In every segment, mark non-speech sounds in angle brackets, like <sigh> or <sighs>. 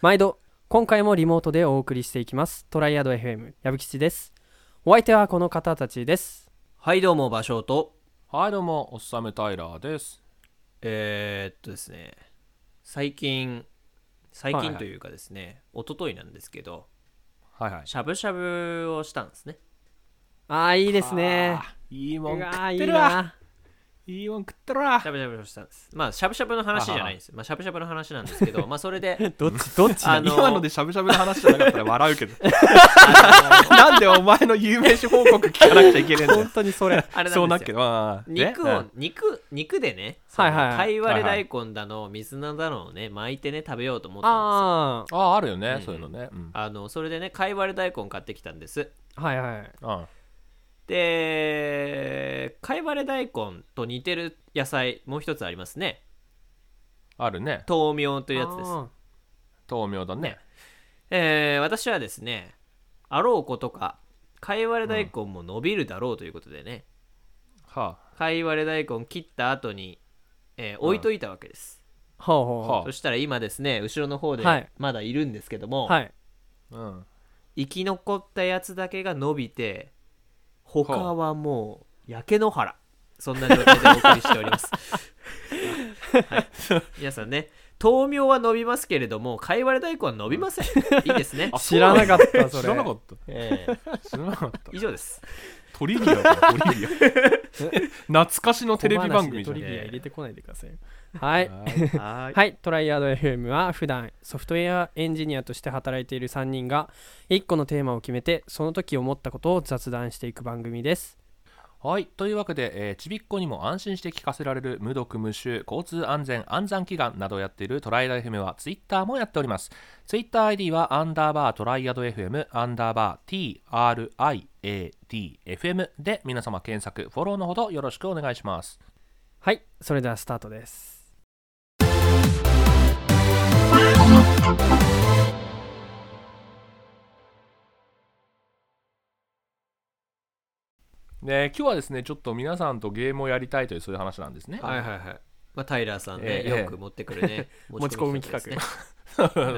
毎度今回もリモートでお送りしていきますトライアド FM 矢吹吉ですお相手はこの方たちですはいどうも芭蕉とはいどうもおっさめタイラーですえー、っとですね最近最はいはい近というかですね、一昨日なんですけどはいはいしゃぶしゃぶをしたんですねあーいいですねあーいいうもんわ食ーっいいてるわないいもん食ってるわしゃぶしゃぶをしたんですまあしゃぶしゃぶの話じゃないですまあしゃぶしゃぶの話なんですけどまあそれ <laughs> でどっちどっちあの今のでしゃぶしゃぶの話じゃなかったら笑うけど <laughs> なんでお前の有名詞報告聞かなくちゃいけねえんだよ本当にそれあれなそうんなですっけよどあーで肉うをん肉肉でねはいはいはいかいわれはいは大い根だの水菜だのをね巻いてね食べようと思ったんですよああーあるよね、うんそういうのねうんあのそれでねかいわれ大根買ってきたんですあはいはいあでかいわれ大根と似てる野菜もう一つありますねあるね豆苗というやつであすー豆苗だねねえー私はですねあろうことかかいわれ大根も伸びるだろうということでね、はかいわれ大根切った後に、えー置いといたわけです、ほうほうはほそしたら今ですね後ろの方ではいまだいるんですけども、うはいあうん生き残ったやつだけが伸びて他はもう焼け野原そんな状態でお送りしており <laughs> ます、はい、皆さんね豆苗は伸びますけれどもかいわれ大根は伸びませんいいですねあ、知らなかったそれ知らなかったえー知らなかった以上 <laughs> ですトリビアだよトリビ <laughs> ア懐かしのテレビ番組じ小話でトゃんリビア入れてこないでくださいははいいははい、トライアード FM は普段ソフトウェアエンジニアとして働いている3人が1個のテーマを決めてその時思ったことを雑談していく番組です。はいというわけで、えーちびっこにも安心して聞かせられる無毒無臭交通安全安産祈願などをやっているトライアド FM はツイッターもやっておりますツイッター ID はアンダーバートライアド FM アンダーバー TRIADFM で皆様検索フォローのほどよろしくお願いしますはい、それではスタートです。で今日はですねちょっと皆さんとゲームをやりたいというそういう話なんですね、はいはいはい。まあ、タイラーさんね、ええよく持ってくるね。持ち込み企画。 <laughs> うん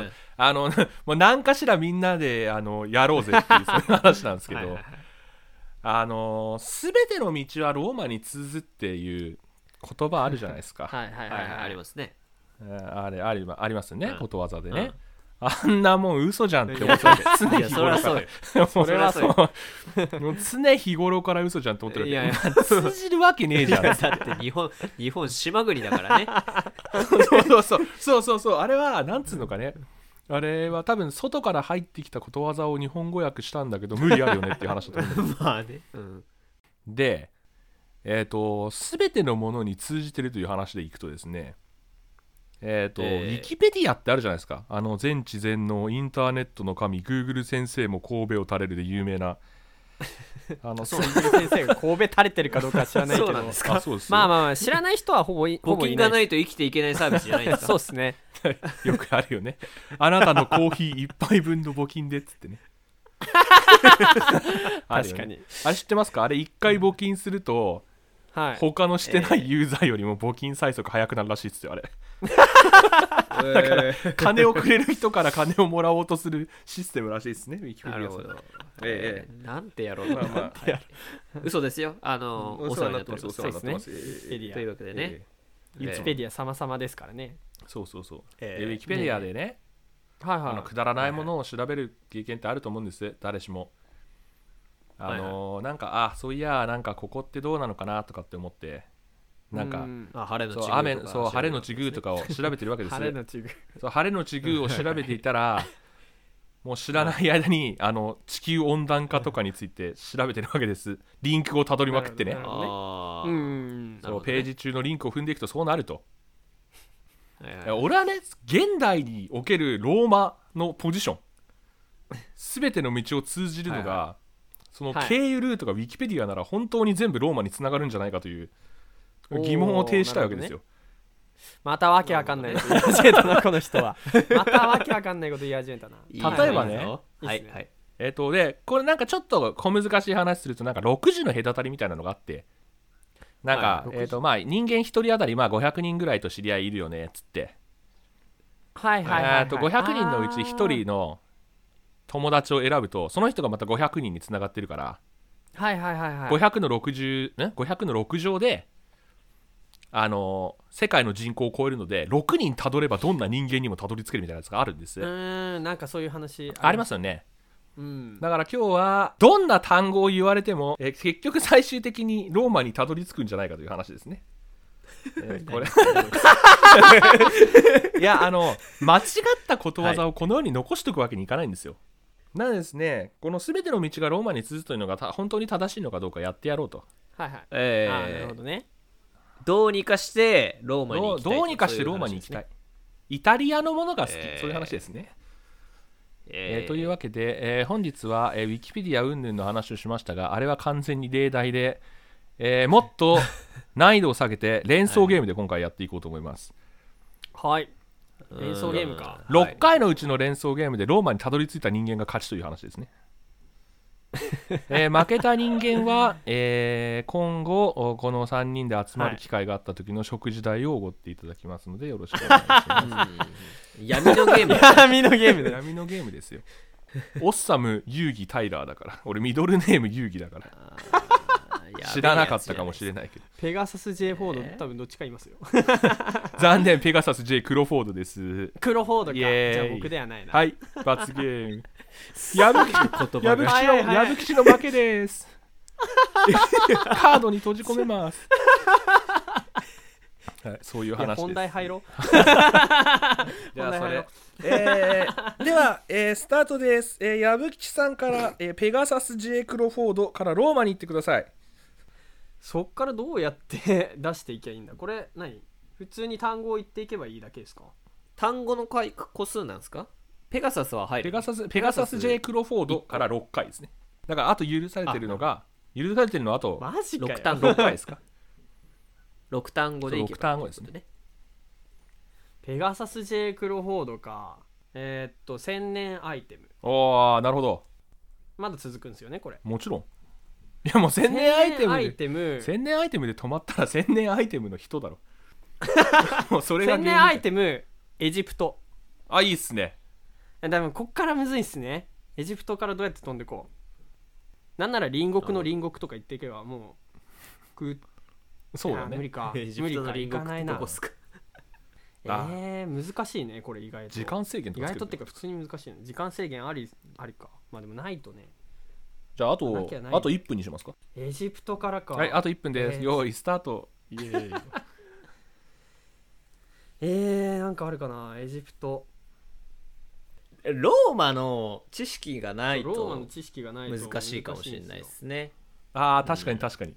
<laughs> あのもう何かしらみんなであのやろうぜっていうそういう話なんですけはいはいはどいあのー、全ての道はローマに通ずっていう言葉あるじゃないですか、はいはいはいはいあります <laughs> ね。うんあれありありますよね、うんことわざでね、あんなもん嘘じゃんって思ってる常い日や、そりゃ頃かそうらよ。もうそりゃそうよもう常日頃から嘘じゃんって思ってるいやいやまあ通じるわけねえいじゃやんだって日本、日本島国だからね。そうそうそうそうそうそうあれはなんつうのかねあれは多分外から入ってきたことわざを日本語訳したんだけど無理あるよねっていう話だと思うんだよ <laughs> まあね。うん。で、えー、と全てのものに通じてるという話でいくとですねえーとえーウィキペディアってあるじゃないですかあの全知全能インターネットの神グーグル先生も神戸を垂れるで有名なあのそう先生が神戸垂れてるかどうかは知らないけどそうなんですあか。そうですまあままあまあ知らない人はほぼいほ募ぼい金ながいないと生きていけないサービスじゃないですか。そうですね。あ、よくあるよねあなたのコーヒー一杯分の募金でっつってね確あるよねかに。あれ知ってますかあれ一回募金するとはい。他のしてないユーザーよりも募金催促早くなるらしいっすよあれだから金をくれる人から金をもらおうとするシステムらしいですね、ウィキペディ <laughs> なるアほど。ええなんてやろうまあまあはい嘘ですよ。あの、お世話になっておりまおす。世とい話になってます。ええええうわけでね。ウィキペディア様様ですからね。そうそうそう。えでえウィキペディアでね、はいあのはくだらないものを調べる経験ってあると思うんです、誰しも。あのーなんか、あ、そういや、なんかここってどうなのかなとかって思って、い。なんうか、あ、晴れのそうちぐ雨そう晴れのちぐとか。かを調べてるわけです晴れのちぐ。そう晴れの地球を調べていた <laughs> らもう知らない間にあの地球温暖化とかについて調べてるわけですリンクをたどりまくってねなるほああ。うんうんなるそほうどねページ中のリンクを踏んでいくとそうなると、はいはいいや俺はね現代におけるローマのポジション全ての道を通じるのが、はいそのはい経由ルートがウィキペディアなら本当に全部ローマにつながるんじゃないかというおー疑問を呈したいわけですよ、またわけわかんないこと言い始めたな、この人は。またわけわかんないこと言い始めたな。いい <laughs> 例えばねいいぞいはいっいすねはい。えっ、と、で、これなんかちょっと小難しい話すると、なんか6時の隔たりみたいなのがあって、なんか、はいえっ、と、まあ、人間1人当たり、まあ、500人ぐらいと知り合いいるよね、っつって。はいはいはい、はい、えー、と500人のうち1人の友達を選ぶとその人がまた500人につながってるから、はいはいはいはい500の60ね500の6乗であのー世界の人口を超えるので6人たどればどんな人間にもたどり着けるみたいなやつがあるんです、うーんなんかそういう話ありますすよねうんだから今日はどんな単語を言われても、えー結局最終的にローマにたどり着くんじゃないかという話ですね、えーこれいやあの間違ったことわざをこの世に残しとくわけにいかないんですよ、なのでですねこの全ての道がローマに続くというのがた本当に正しいのかどうかやってやろうとはいはいえあーーなるほどねどうにかしてローマに行どうきたいとどうにかしてローマに行きたい、イタリアのものが好き、えーそういう話ですね、そういう話ですね、えーというわわけで、えー本日は、えーウィキペディア云々の話をしましたがあれは完全に例題で、えーもっ <laughs> と難易度を下げて連想ゲームで今回やっていこうと思います、はいけ連想ゲーム <laughs> か6回のうちの連想ゲームでローマにたどり着いた人間が勝ちという話ですね、えー負けた人間は、えー今後おこの3人で集まる機会があった時の食事代をおごっていただきますのでよろしくお願いします <laughs> 闇のゲーム闇のゲームだよ闇のゲームですよオッサム遊戯タイラーだから俺ミドルネーム遊戯だから知らなかったかもしれないないけど <laughs> ペガサス J フォード多分どっちかいますよ残念ペガサス J クロフォードです黒フォードかイエーイじゃあ僕ではないなはい罰ゲ <laughs> ーム矢吹言葉が矢吹は氏いのはいはい矢吹氏の負けです <laughs> カードに閉じ込めますはい、そういういや話本で題す入ろ <laughs> うじゃあ本そ題入ろうれ、えーでは、えースタートです、えー、矢吹さんから、えーペガサス J クロフォードからローマに行ってくださいそっからどうやって出していけばいいんだこれ何普通に単語を言っていけばいいだけですか単語の回個数なんですかペガサスは入ペるガサスペガサス J クロフォードから6回ですね。だからあと許されてるのが、許されてるのはあとマジかよ6単6語回ですか。 6単語でいけば6単語ですってことね。ねペガサス J クロフォードかえーっと千年アイテムおー、なるほど。まだ続くんですよねこれもちろん。いやもう千年アイテムアイで。テム千年アイテムで止まったら千年アイテムの人だろ。もうそれが千原因年アイテムエジプトあ、いいっすね。え多分こっからむずいっすねエジプトからどうやって飛んでこうなんなら隣国の隣国とか行っていけばもうくそうだあ無理ね。か <laughs> エジ無プ理トかの隣行か国っないてどなこっすかあ <laughs> えー、難しいねこれ意外と時間制限と意かつ外けとっててくか普通に難しいね時間制限ありありかまあでもないとねじゃああなときゃないあと1分にしますか。エジプトからかはい、あと1分です。えー用意スタート。えー、なんかあるかなエジプトローマの知識がないローマのと知識がないと難しいかもしれないですねあー、確かに確かに。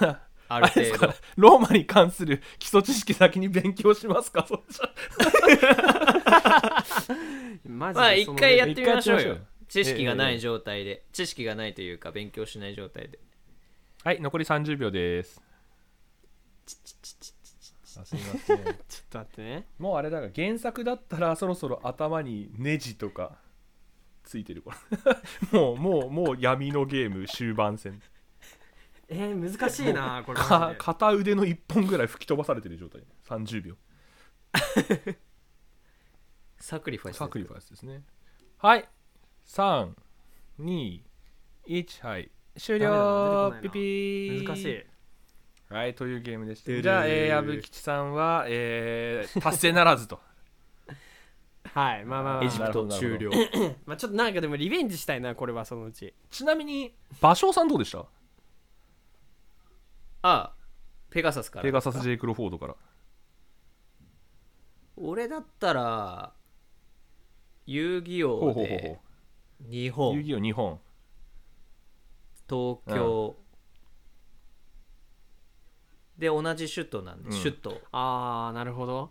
ああるれです程度かローマに関する基礎知識先に勉強しますかそっちはマジでまあ一回やっってみましょう一回やよってみましょ知識がなええい状態で知識がないというか勉強しない状態ではい、残り30秒です。あすみません。ちょっと待ってねもうあれだが原作だったらそろそろ頭にネジとかついてるから <laughs> もうもうもう闇のゲーム終盤戦えー、難しい <laughs> なこれマジかで片腕の1本ぐらい吹き飛ばされてる状態30秒サクリファイスサクリファイスですねはい321はい終了ダメだな出てこないなピピー難しいはいというゲームでしたるじゃあえー矢吹吉さんは、えー <laughs> 達成ならずとはいまあまあまあエジプト <laughs> なるほど終了まあちょっとなんかでもリベンジしたいなこれはそのうちちなみに芭蕉さんどうでしたああペガサスからペガサス J クロフォードから俺だったら遊戯ほう王ほうほうほうで日遊本戯王2本東京、で同じ首都なんで、うん首都ああなるほど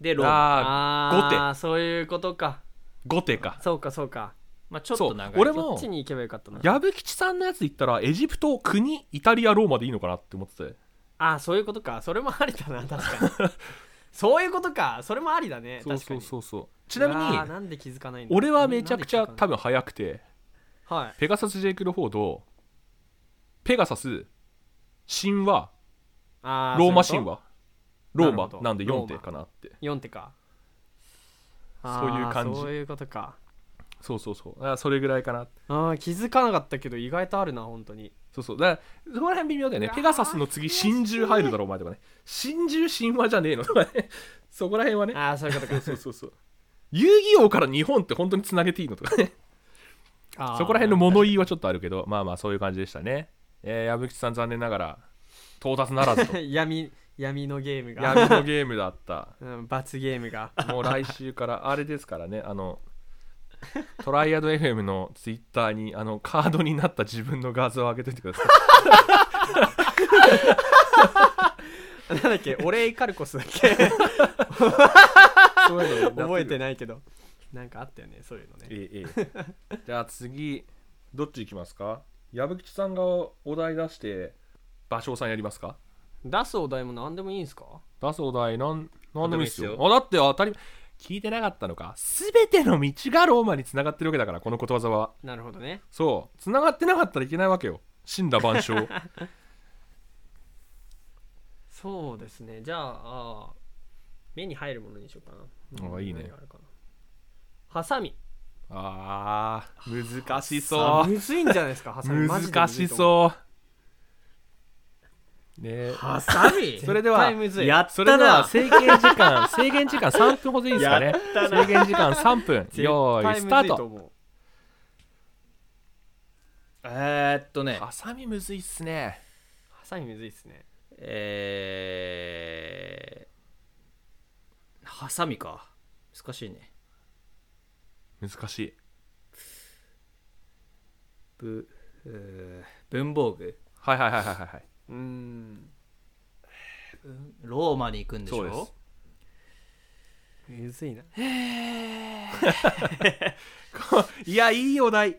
でローマあああそういうことか5手かそうかそうかまあ、ちょっと長いそう俺もこっちに行けばよかったな矢吹吉さんのやつ言ったらエジプト国イタリアローマでいいのかなって思っててああそういうことかそれもありだな確かに <laughs> そういうことかそれもありだねそう確かそうにそうそうちなみうわーになんで気づかないんだ俺はめちゃくちゃなんで気づ多か分早くてないはいペガサス・ジェイク・ロフォードペガサス神話あローマ神は話なローるほマどなんで4手ローマかなって4手かそういう感あーじそういうことかそうそうそうあそれぐらいかなああ気づかなかったけど意外とあるな本当にそうそうだからそこら辺微妙だよねペガサスの次真珠入るだろお前とかね真珠神話じゃねえのとかね <laughs> そこら辺はねああそういうこと <laughs> かそうそうそう遊戯王から日本って本当につなげていいのと <laughs> かねあーそこら辺の物言いはちょっとあるけどまあまあそういう感じでしたね、えー、矢吹さん残念ながら到達なら <laughs> ず <laughs> と闇闇のゲームが闇のゲームだったうん、罰ゲーム <laughs> がもう来週からあれですからねあのトライアド FM のツイッターにあのカードになった自分の画像を上げといてくださいなんだっけオレイカルコスだっ <laughs> けそういうのね覚えてなないけどなんかあったよねそういうのね <laughs> ええええじゃあ次どっち行きますか矢吹さんがお題出して芭蕉さんやりますか出すお題も何でもいいんすか出すお題なんなんでもいいっすなんよでもあだって当たり聞いてなかったのか全ての道がローマに繋がってるわけだからこのことわざはなるほどねそう繋がってなかったらいけないわけよ死んだ万象 <laughs> そうですねじゃああー目に入るものにしようかなあーいいね何があるかなハサミあー難しあそうむずいんじゃないですかハサミ難しうそうねえハサミ <laughs> それではむずいやっそれたではな制限時間制限時間3分ほどいいですかね制限時間3分用意スタートトえー、っとねハサミむずいっすねハサミむずいっすねえー、ハサミか難しいね難しいぶうー文房具はいはいはいはいはいはいうーんローマに行くんでしょそうですむずいなこ <laughs> いやいいお題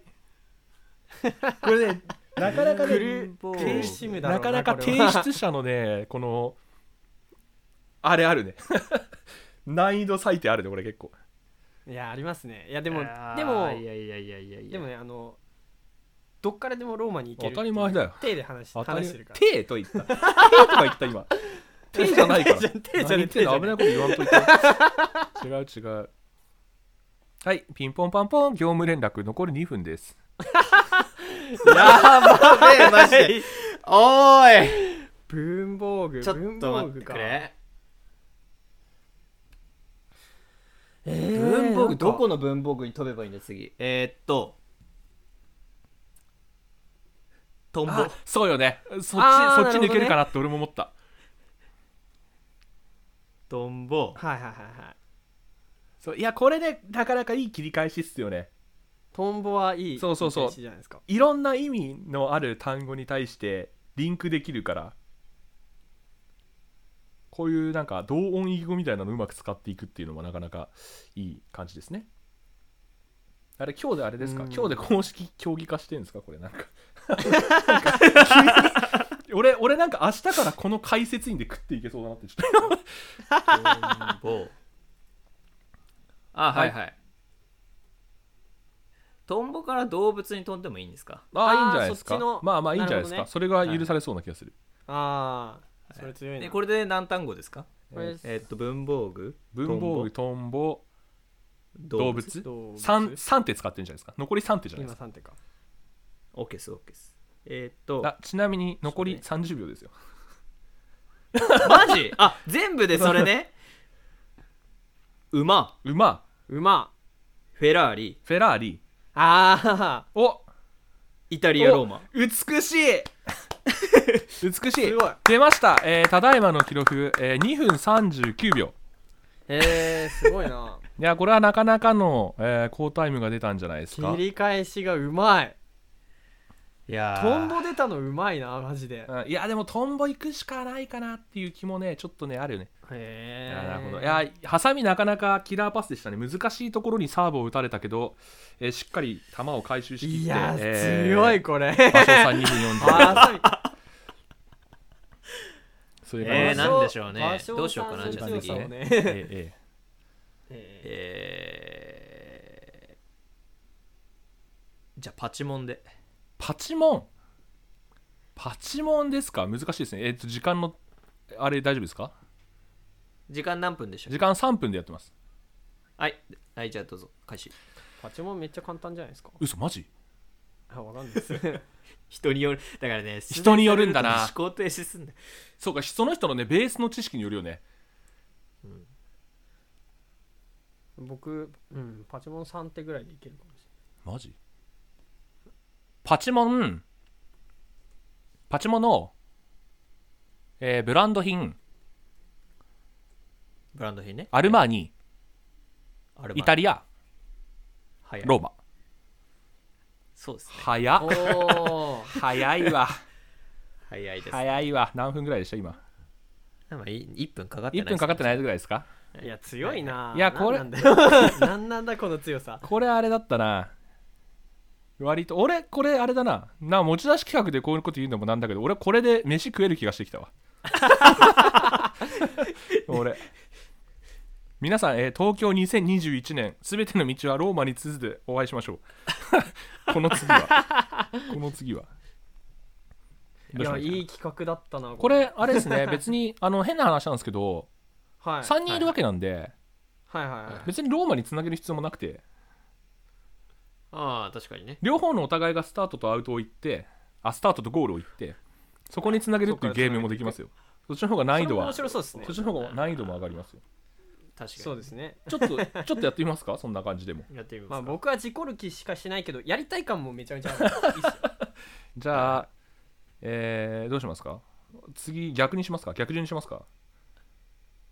これねなかなかクルね具苦しむだろなうなかなかこれ提は出者のねこのあれあるね <laughs> 難易度最低あるねこれ結構いやありますねいやででもでもいやいやいやいやいやでもねあのどっからでもローマに行ける当たり前だよ手で話し当た話りしてるから手と言った手とか言った今手じゃな <laughs> いから手じゃ手じゃね何言って手んのじゃね危ないこと言わんといて <laughs> 違う違うはいピンポンパンポン業務連絡残り2分ですやばべえマジで <laughs> おーい文房具ちょ文っと房待っ具てかくれえー文房な具んかどこの文房具に飛べばいいんだ次えー、っとトンボあそうよねそっちそあーっちなるほどね抜けるかなって俺も思ったトンボ <laughs> はいはいはいはいそういやこれねなかなかいい切り返しっすよねトンボはいいそうそうそう一日じゃないですかいろんな意味のある単語に対してリンクできるからこういうなんか同音異義語みたいなのをうまく使っていくっていうのもなかなかいい感じですねあれ今日であれですかうん今日で公式競技化してるんですかこれなんか <laughs> なんか急に俺俺なんか明日からこの解説員で食っていけそうだなってちょっ <laughs> とボあはいはい、トンボから動物に飛んでもいいんですかああいいんじゃないですそっちかのまあまあいいんじゃないですなるほどか、ねそれが許されそうな気がする、ああそれ強いなえこれで何単語ですかこれえっと文房具文房具トンボトンボ動動物物動物 3, 3手使ってるんじゃないですか残り3手じゃないですか今3手かオッケーですオッケーですえっとあちなみに残り30秒ですよ。 <laughs> マジあ全部でそれね馬馬、馬フェラーリフェラーリ、ああおイタリアローマ美 <laughs> しい美しすいごい出ました、えーただいまの記録、えー2分39秒。えー、すごいないや、これはなかなかの、えー好タイムが出たんじゃないです切か。り返しがうまいいやトンボ出たのうまいなマジでへうんいや、でもトンボ行くしかないかなっていう気もね、ちょっとね、あるよね。いえやなるほどいや、ハサミなかなかキラーパスでしたね。難しいところにサーブを打たれたけど、えーしっかり球を回収しきって、いやえー強いこれ馬匠さん2分40秒。 <laughs> あそういう感じえでー、すねなんでしょう芭ね蕉どうしようかなじゃあ芭蕉次さんの強さをねえーえーええー、じゃあパチモンでパチモンパチモンですか難しいですねえっ、と時間のあれ大丈夫ですか時間何分でしょう時間3分でやってますはいはいじゃあどうぞ開始パチモンめっちゃ簡単じゃないですか嘘マジあわかんないですは人によるだからね人によるんだな思考停止すんだそうかその人のねベースの知識によるよね僕、うん、パチモン3手ぐらいでいけるかもしマジパチモンパチモンの、えーブランド品ブランド品ねアルマーニあれイタリリアアローマそうですね早っれないおー早いわ早いです、早いわ何分ぐらいでした今まあ、い1分かかってな1い分かかってないいぐらいですかいや強いないやこれなんなんだよ <laughs> なんなんだこの強さこれあれだったな割と俺これあれだなな持ち出し企画でこういうこと言うのもなんだけど俺これで飯食える気がしてき <laughs> たわ俺皆さん、えー東京2021年すべての道はローマに続いてお会いしましょう <laughs> この次はこの次はい <laughs> どうしまやすかいい企画だったなこれあれですね別にあの変な話なんですけど、はい3人いるわけなんで、はいはいはい別にローマにつなげる必要もなくてああ確かにね両方のお互いがスタートとアウトを行ってあスタートとゴールを行ってそこにつなげるっていうゲームもできますよそっちの方が難易度はそそれも面白そうですねっちの方が難易度も上がりますよ確かにそうですねちょっとちょっとやってみますかそんな感じでもやってみまますあか、僕は事故る気しかしないけどやりたい感もめちゃめちゃあ <laughs> るいいっすよじゃあえー、どうしますか次逆にしますか逆順にしますか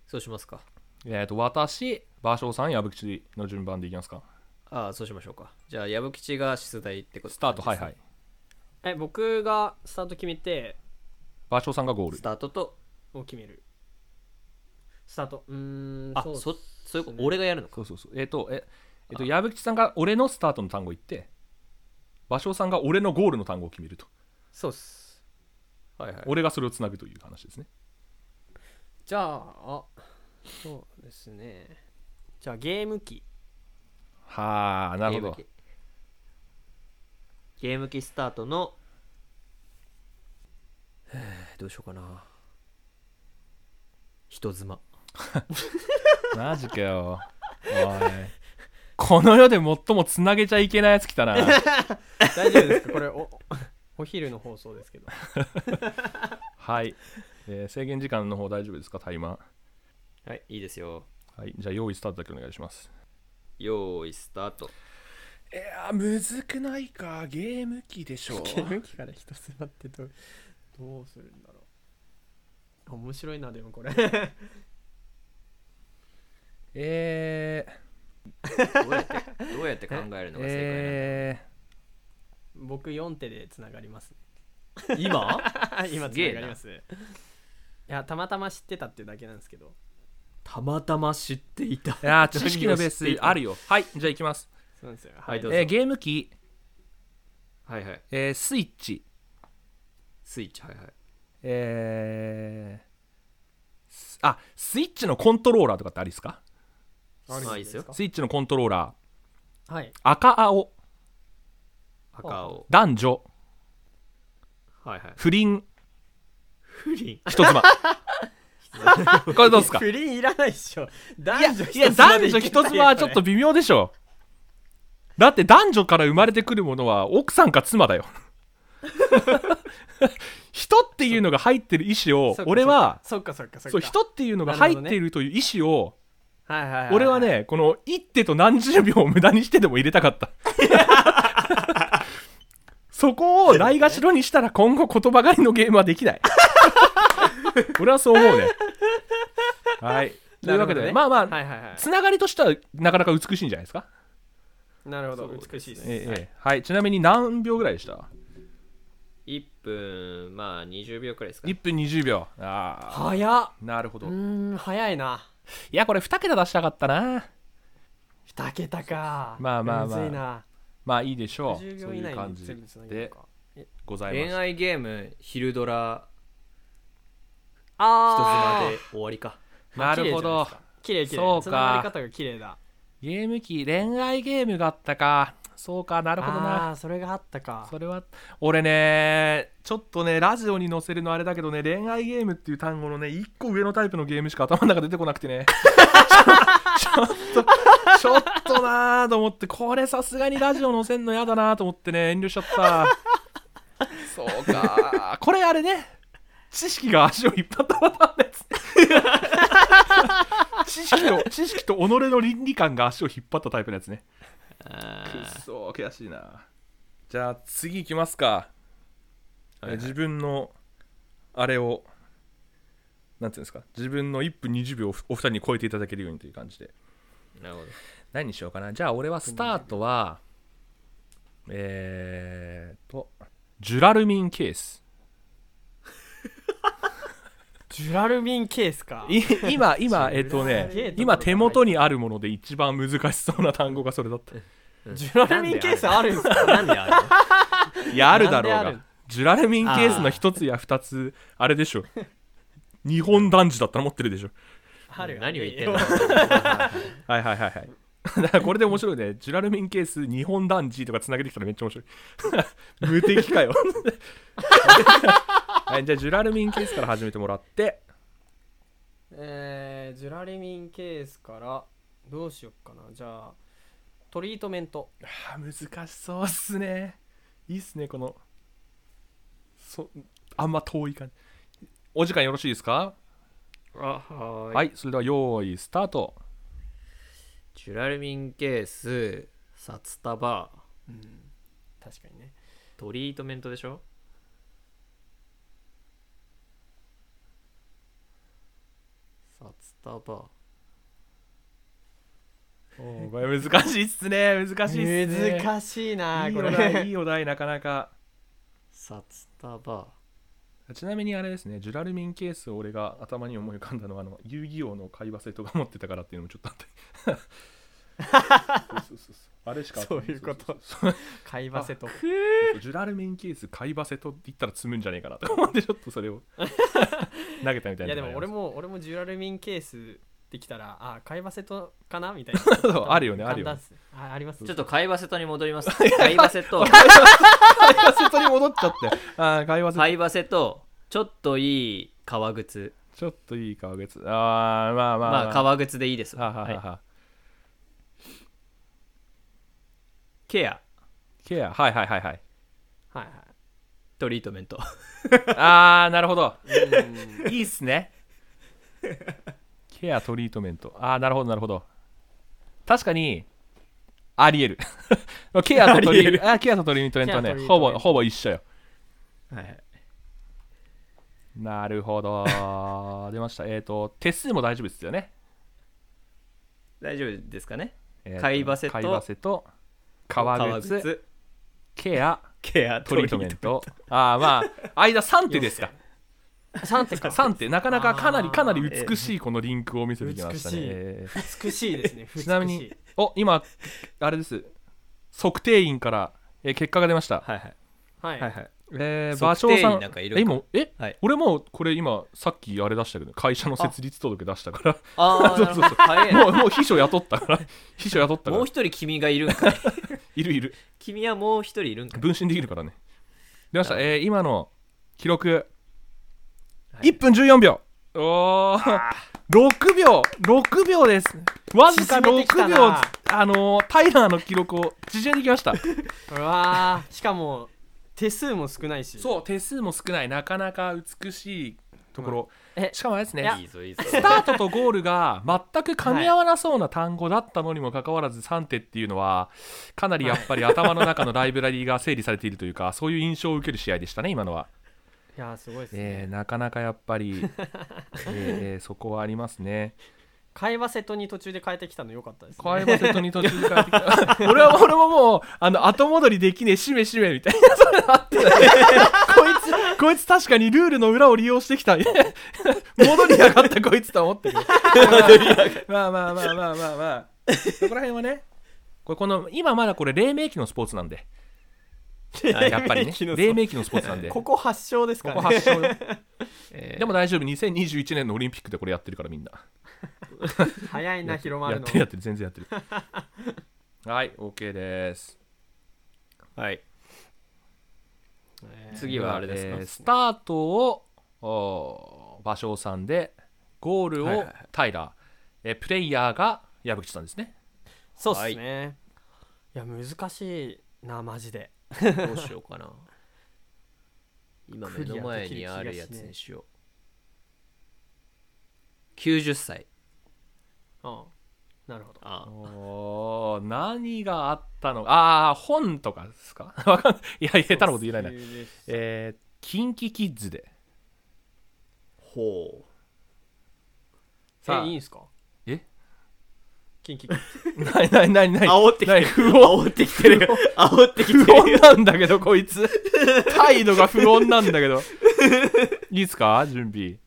そうしますかえっ、ー、と私芭蕉さん矢吹の順番でいきますかああそうしましょうかじゃあ矢吹吉が出題ってことスタートはいはいえ僕がスタート決めて芭蕉さんがゴールスタートとを決めるスタートうーんあうそっすそういうこと俺がやるのかそうそうそうえっ、とええっと矢吹さんが俺のスタートの単語言って芭蕉さんが俺のゴールの単語を決めるとそうっすはいはい俺がそれをつなぐという話ですねじゃああそうですねじゃあゲーム機はあなるほどゲーム機ゲーム機スタートのへえ <sighs> どうしようかな人妻マジかよおいこの世で最もつなげちゃいけないやつ来 <laughs> たな大丈夫ですかこれお <laughs> お昼の放送ですけどはい、えー制限時間の方大丈夫ですかタイマはいいいですよーはいじゃあ用意スタートだけお願いします用意スター <laughs> トいやむずくないかゲーム機でしょゲーム機から一つなってどうどうするんだろう面白いなでもこれ <laughs> え <laughs> どうやってどうやって考えるのー、が正え <laughs> 僕4手でつながります解なの、今あ <laughs> 今つすげながえなりますいやたまたま知ってたっていうだけなんですけどたまたま知っていたー、いやー知識のベースあるよはいじゃあいきます、そうなんですよはいどうぞえーゲーム機、はいはいえースイッチスイッチはいはいえーすあスイッチのコントローラーとかってありですかあるんまあいいですよかスイッチのコントローラーはい赤青赤青男女はいはい不倫不倫 <laughs> 人妻これどうですかい不倫いらないっしょや男女いや男女人妻はちょっと微妙でしょだって男女から生まれてくるものは奥さんか <laughs> 妻だよ人っていうのが入ってる意思を俺はそっかそっかそっかそう人っていうのが入っているという意思をはいはいい俺はねこの一手と何十秒を無駄にしてでも入れた <laughs> かったそこをないがしろにしたら今後言葉狩りのゲームは <laughs> できない俺はそう思うねはいというわけで、 <laughs> なるほどねまあまあ、はいはいはつながりとしてはなかなか美しいんじゃないですか、いなるほどそうですね美しいですええええはい、ちなみに何秒ぐらいでした1分まあ20秒くらいですかね ?1 分20秒あ早っあなるほどういーん早いなやこれ2桁出したかったな2桁かまあまあまあむずいなまあいいでしょうそう10秒以いう内感にじ全部つなげるでのかございま恋す愛ゲーム昼ドラ人あ妻ーで終わりかなるほど綺麗綺麗そうかつながり方が綺麗だゲーム機恋愛ゲームがあったかそうかなるほどなあーそれがあったかそれは俺ねちょっとねラジオに載せるのあれだけどね恋愛ゲームっていう単語のね1個上のタイプのゲームしか頭の中出てこなくてねちょちょっとなーと思ってこれさすがにラジオ載せんのやだなーと思ってね遠慮しちゃったそうかーこれあれね知識が足を引っ張ったパターンです知識と知識と己の倫理観が足を引っ張ったタイプのやつねあくっーそー悔しいなじゃあ次いきますか、え自分のあれをなんていうんですか自分の1分20秒をお二人に超えていただけるようにという感じでなるほど何にしようかなじゃあ俺はスタートはえーっとジュラルミンケースジュラルミンケースかい今今えっとすげえねとこ今手元にあるもので一番難しそうな単語がそれだったジュラルミンケースあるんすかなんであるいやあるだろうなんであがるジュラルミンケースの一つや二つあれ <laughs> でしょ日本男児だったら持ってるでしょある何を言ってんのはいはいはいはい <laughs> だからこれで面白いねジュラルミンケース日本男児とかつなげてきたらめっちゃ面白い <laughs> 無敵かよ <laughs> はいじゃあジュラルミンケースから始めてもらってえー、ジュラルミンケースからどうしよっかなじゃあトリートメントあー難しそうっすねいいっすねこのそあんま遠い感じお時間よろしいですかあははい、いそれでは用意スタートジュラルミンケース札束確かにねトリートメントでしょ札束おーこれ難しいっすね難しいっすね難しいないいこおれ題いいお題なかなか札束ちなみにあれですねジュラルミンケースを俺が頭に思い浮かんだのはあの遊戯王の会話生とか持ってたからっていうのもちょっとあってそうそうそうそうあれしかそういうことそうそうそう会話せとそうジュラルミンケース会話生と言ったら積むんじゃねえかなと思ってちょっとそれを投げたみたいないやでも俺も俺もジュラルミンケースできたらあ会話せとかなみたいな <laughs> そうあるよねあるよ簡単っねすあありますちょっと会話セトに戻ります会話セト会話生とに戻っちゃってあー会話生会話セトちょっといい革靴ちょっといい川口あーまあまあまあまあ革靴でいいですははははいはケアケアはいはいはいはいはいはいトリートメントあーなるほどうんいいっすね。ケアトリートメント。ああ、なるほど、なるほど。確かに、ありえる。 <laughs> ケアとトリありえあケアとトリートメントはケアトリね、ートほメンぼトほぼ一緒よ。はいなるほど。出ました。えっ、と、手数も大丈夫ですよね。大丈夫ですかねえーと貝バセと貝バセと革靴、ケア、ケアトリートメント。ああ、まあ、間3手ですか。 3手か3手、なかなかかなりあーかなり美しいこのリンクを見せてきましたね。美しいえー美しいですねちなみに、お今、あれです、測定員から、えー結果が出ました。はいはいはい、はいはいえー、馬測定長員さん、なんかいるかえ今え、はい俺もうこれ今、さっきあれ出したけど、会社の設立届出したかああそうそうそう早いら、もうもう秘書雇ったから、 <laughs> 秘書雇ったかもらう、一人君がいるんかいいるいる、君はもう一人いるんかい分身できるからね。出ました、えー今の記録、はい1分14秒。おー6秒6秒ですわずか縮めてきた6な秒あのータイラーの記録を縮めてきましたうわーしかも手数も少ないしうそう手数も少ないなかなか美しいところ、うんえしかもあれですいねやいいぞいいぞスタートとゴールが全く噛み合わなそうな単語だったのにもかかわらず3手っていうのはかなりやっぱり頭の中のライブラリーが整理されているというかそういう印象を受ける試合でしたね今 <laughs> のは、いやーすごいですね、えーなかなかやっぱり、えーそこはありますね会話セトに途中で変えてきたの良かったですね会話セットに途中で帰ってきた <laughs> 俺は俺ももうあの後戻りできねえしめしめみたいな <laughs> それあってたねこいつこいつ確かにルールの裏を利用してきた <laughs> 戻りやがったこいつとは思ってるまあまあまあまあまあまあ、まあ、そこら辺はねこれこの今まだこれ黎明期のスポーツなんでやっ <laughs> ぱりね黎明期のスポーツなんでここ発祥ですこからこね発祥 <laughs> よえーでも大丈夫2021年のオリンピックでこれやってるからみんな早いな広まやるっのてるやってる全然やってるはい OK ですはいえー次はあれですかえースタートをおー芭蕉さんでゴールはいはをいはいタイラーえープレイヤーが矢吹さんですねそうですね、い、や難しいなマジでどうしようかな。今目の前にあるやつにしよう。90歳。あなるほどあおー何があったのああ本とかですか <laughs> わかんないいや下手なこと言えないなえー、キンキキッズで <laughs> ほさえあいいんすかえキンキキッないないないない煽ってきてる。煽ってきてる。煽ってき不てる。穏なんだけどこ <laughs> いつ態度が不穏なんだけどいいっすか準備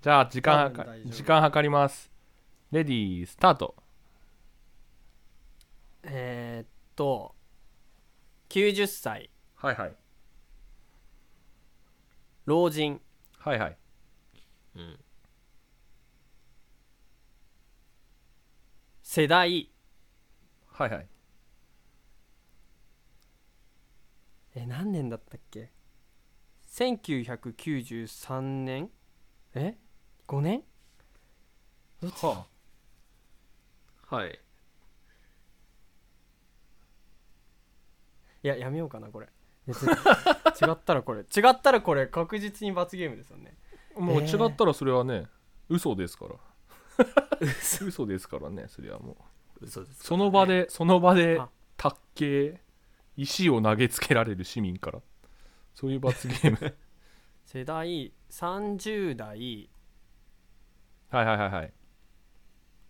じゃあ時間はか多分大丈夫時間計りますレディースタートえーっと90歳はいはい老人はいはい世代はいはいえ何年だったっけ1993年え5年ははい。いややめようかなこれえ <laughs> 絶違ったらこれ違ったらこれ確実に罰ゲームですよねあもうえ違ーったらそれはね、嘘ですから嘘ですからねそれはもう嘘です。その場でその場であ卓球石を投げつけられる市民からそういう罰ゲーム <laughs> 世代30代はいはいはいはい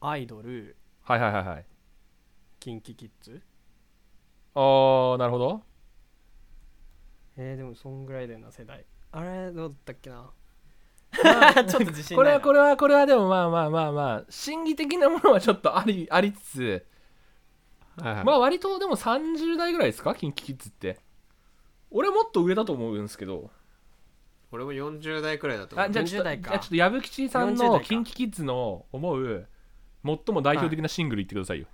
アイドルはいはいはいはいキンキキッズあーなるほどえー、でもそんぐらいだよな世代あれどうだったっけな <laughs> ちょっと自信こないなれはこれはこれはでもまあまあまあまあ心理的なものはちょっとあり <laughs> ありつつまあ割とでも30代ぐらいですか KinKiKids って俺もっと上だと思うんですけど俺も40代くらいだと思あうじゃあちょ40っと代じかゃあちょっと矢吹吉さん40の代か KinKiKids の思う最も代表的なシングル言ってくださいよ、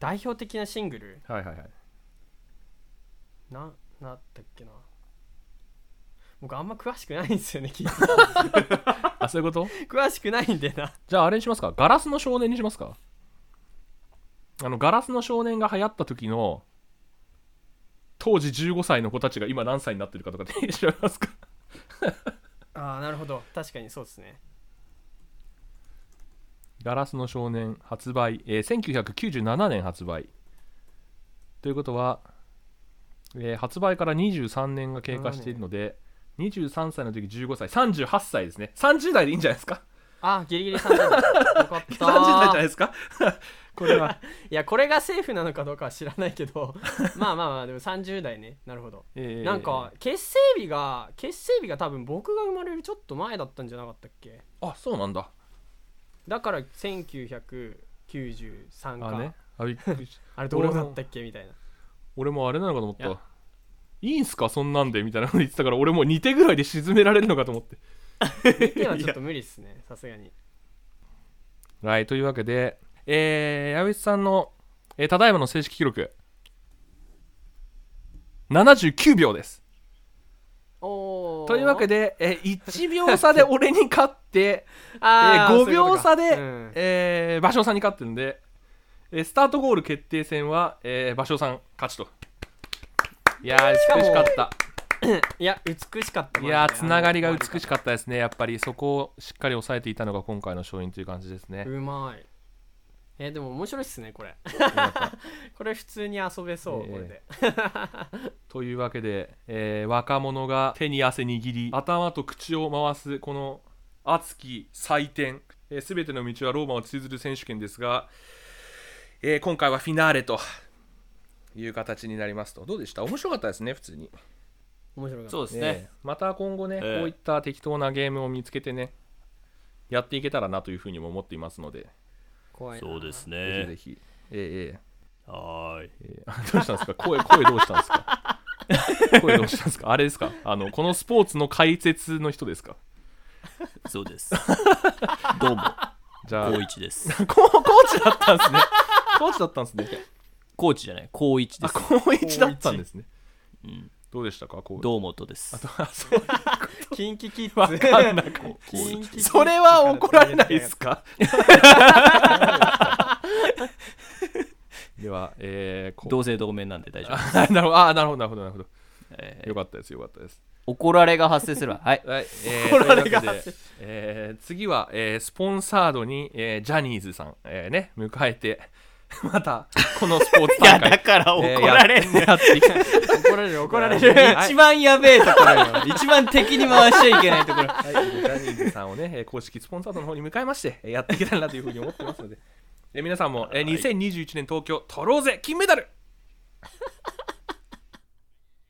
代表的なシングルはい、はいはいななったっけな僕あんま詳しくないんですよねキンキあそういうこと <laughs> 詳しくないんでなじゃああれにしますかガラスの少年にしますかあのガラスの少年が流行った時の当時15歳の子たちが今何歳になってるかとかって知らますかああなるほど確かにそうですねガラスの少年発売、えー1997年発売。ということは、えー発売から23年が経過しているので、23歳の時15歳、38歳ですね。30代でいいんじゃないですかあーギリギリ30代 <laughs> よかっ ?30 代じゃたないですかこれは、いやこれがセーフなのかどうかは知らないけ <laughs> どまあまあまあでも30代ねなるほど、えーなんか、結成日が結成日が多分僕が生まれるちょっと前だったんじゃなかったっけあ、そうなんだ。だから1993かああ,、ね。あびっくりしたれどうだったっけみたいな俺もあれなのかと思っいたや。いいんすかそんなんでみたいなこと言ってたから、俺もう2手ぐらいで沈められるのかと思って。今はちょっと無理っす <laughs> ねさすがにはい、というわけで、えー、矢口さんの、えーただいまの正式記録、79秒です。おというわけで、で、えー、1秒差 <laughs> で俺に勝って、あーえーそういうことか5秒差でうんえー、馬匠さんに勝ってるんで、えースタートゴール決定戦は、えー、馬匠さん勝ちと。いやー、かも美しかった。いや美しかったいやー、つながりが美しかったですね。やっぱりそこをしっかり抑えていたのが今回の勝因という感じですね。うまいえーでも面白いっすねこれやっぱ <laughs> これ普通に遊べそう、ええこれでというわけで、えー若者が手に汗握り頭と口を回すこの熱き祭典すべ、全ての道はローマを通ずる選手権ですが、えー今回はフィナーレという形になりますとどうでした面白かったですね普通に、面白かったそうですえねー。また今後ね、ええこういった適当なゲームを見つけてねやっていけたらなというふうにも思っていますので、怖いなそうですぜひぜね。ひ、えはーい。ーえーえーどうしたんですか声声どうしたんですか <laughs> 声どうしたんですかあれですかあのこのスポーツの解説の人ですかそう <laughs> です。どうも、じゃあ、高コ一です。ーチだったんですね。コーチだったんですね。高知じゃない、高一で <laughs> あ、す。高一だったんですね。うんどうでしたか、高一。堂本です。あそう <laughs> キンキキわッズかんなかっキンキキッたズそれは怒られないですか <laughs> では、えー、こ同姓同名なんで大丈夫です、 <laughs> あなるほどあーなるほどなるほどなるほどえーよかったですよかったです怒られが発生するわはいはい、えー、怒られがというわけで、えー次は、えースポンサードに、えージャニーズさん、えーね、迎えて、 <laughs> また、このスポーツ大会、からえーんねやって怒られる怒られる一番やべえところよ一番敵に回しちゃいけないところはい、ジャニーズさんをね、えー公式スポンサードの方に迎えまして、えーやっていけたらなというふうに思ってますので、えー皆さんも、えー2021年東京、取ろうぜ、金メダル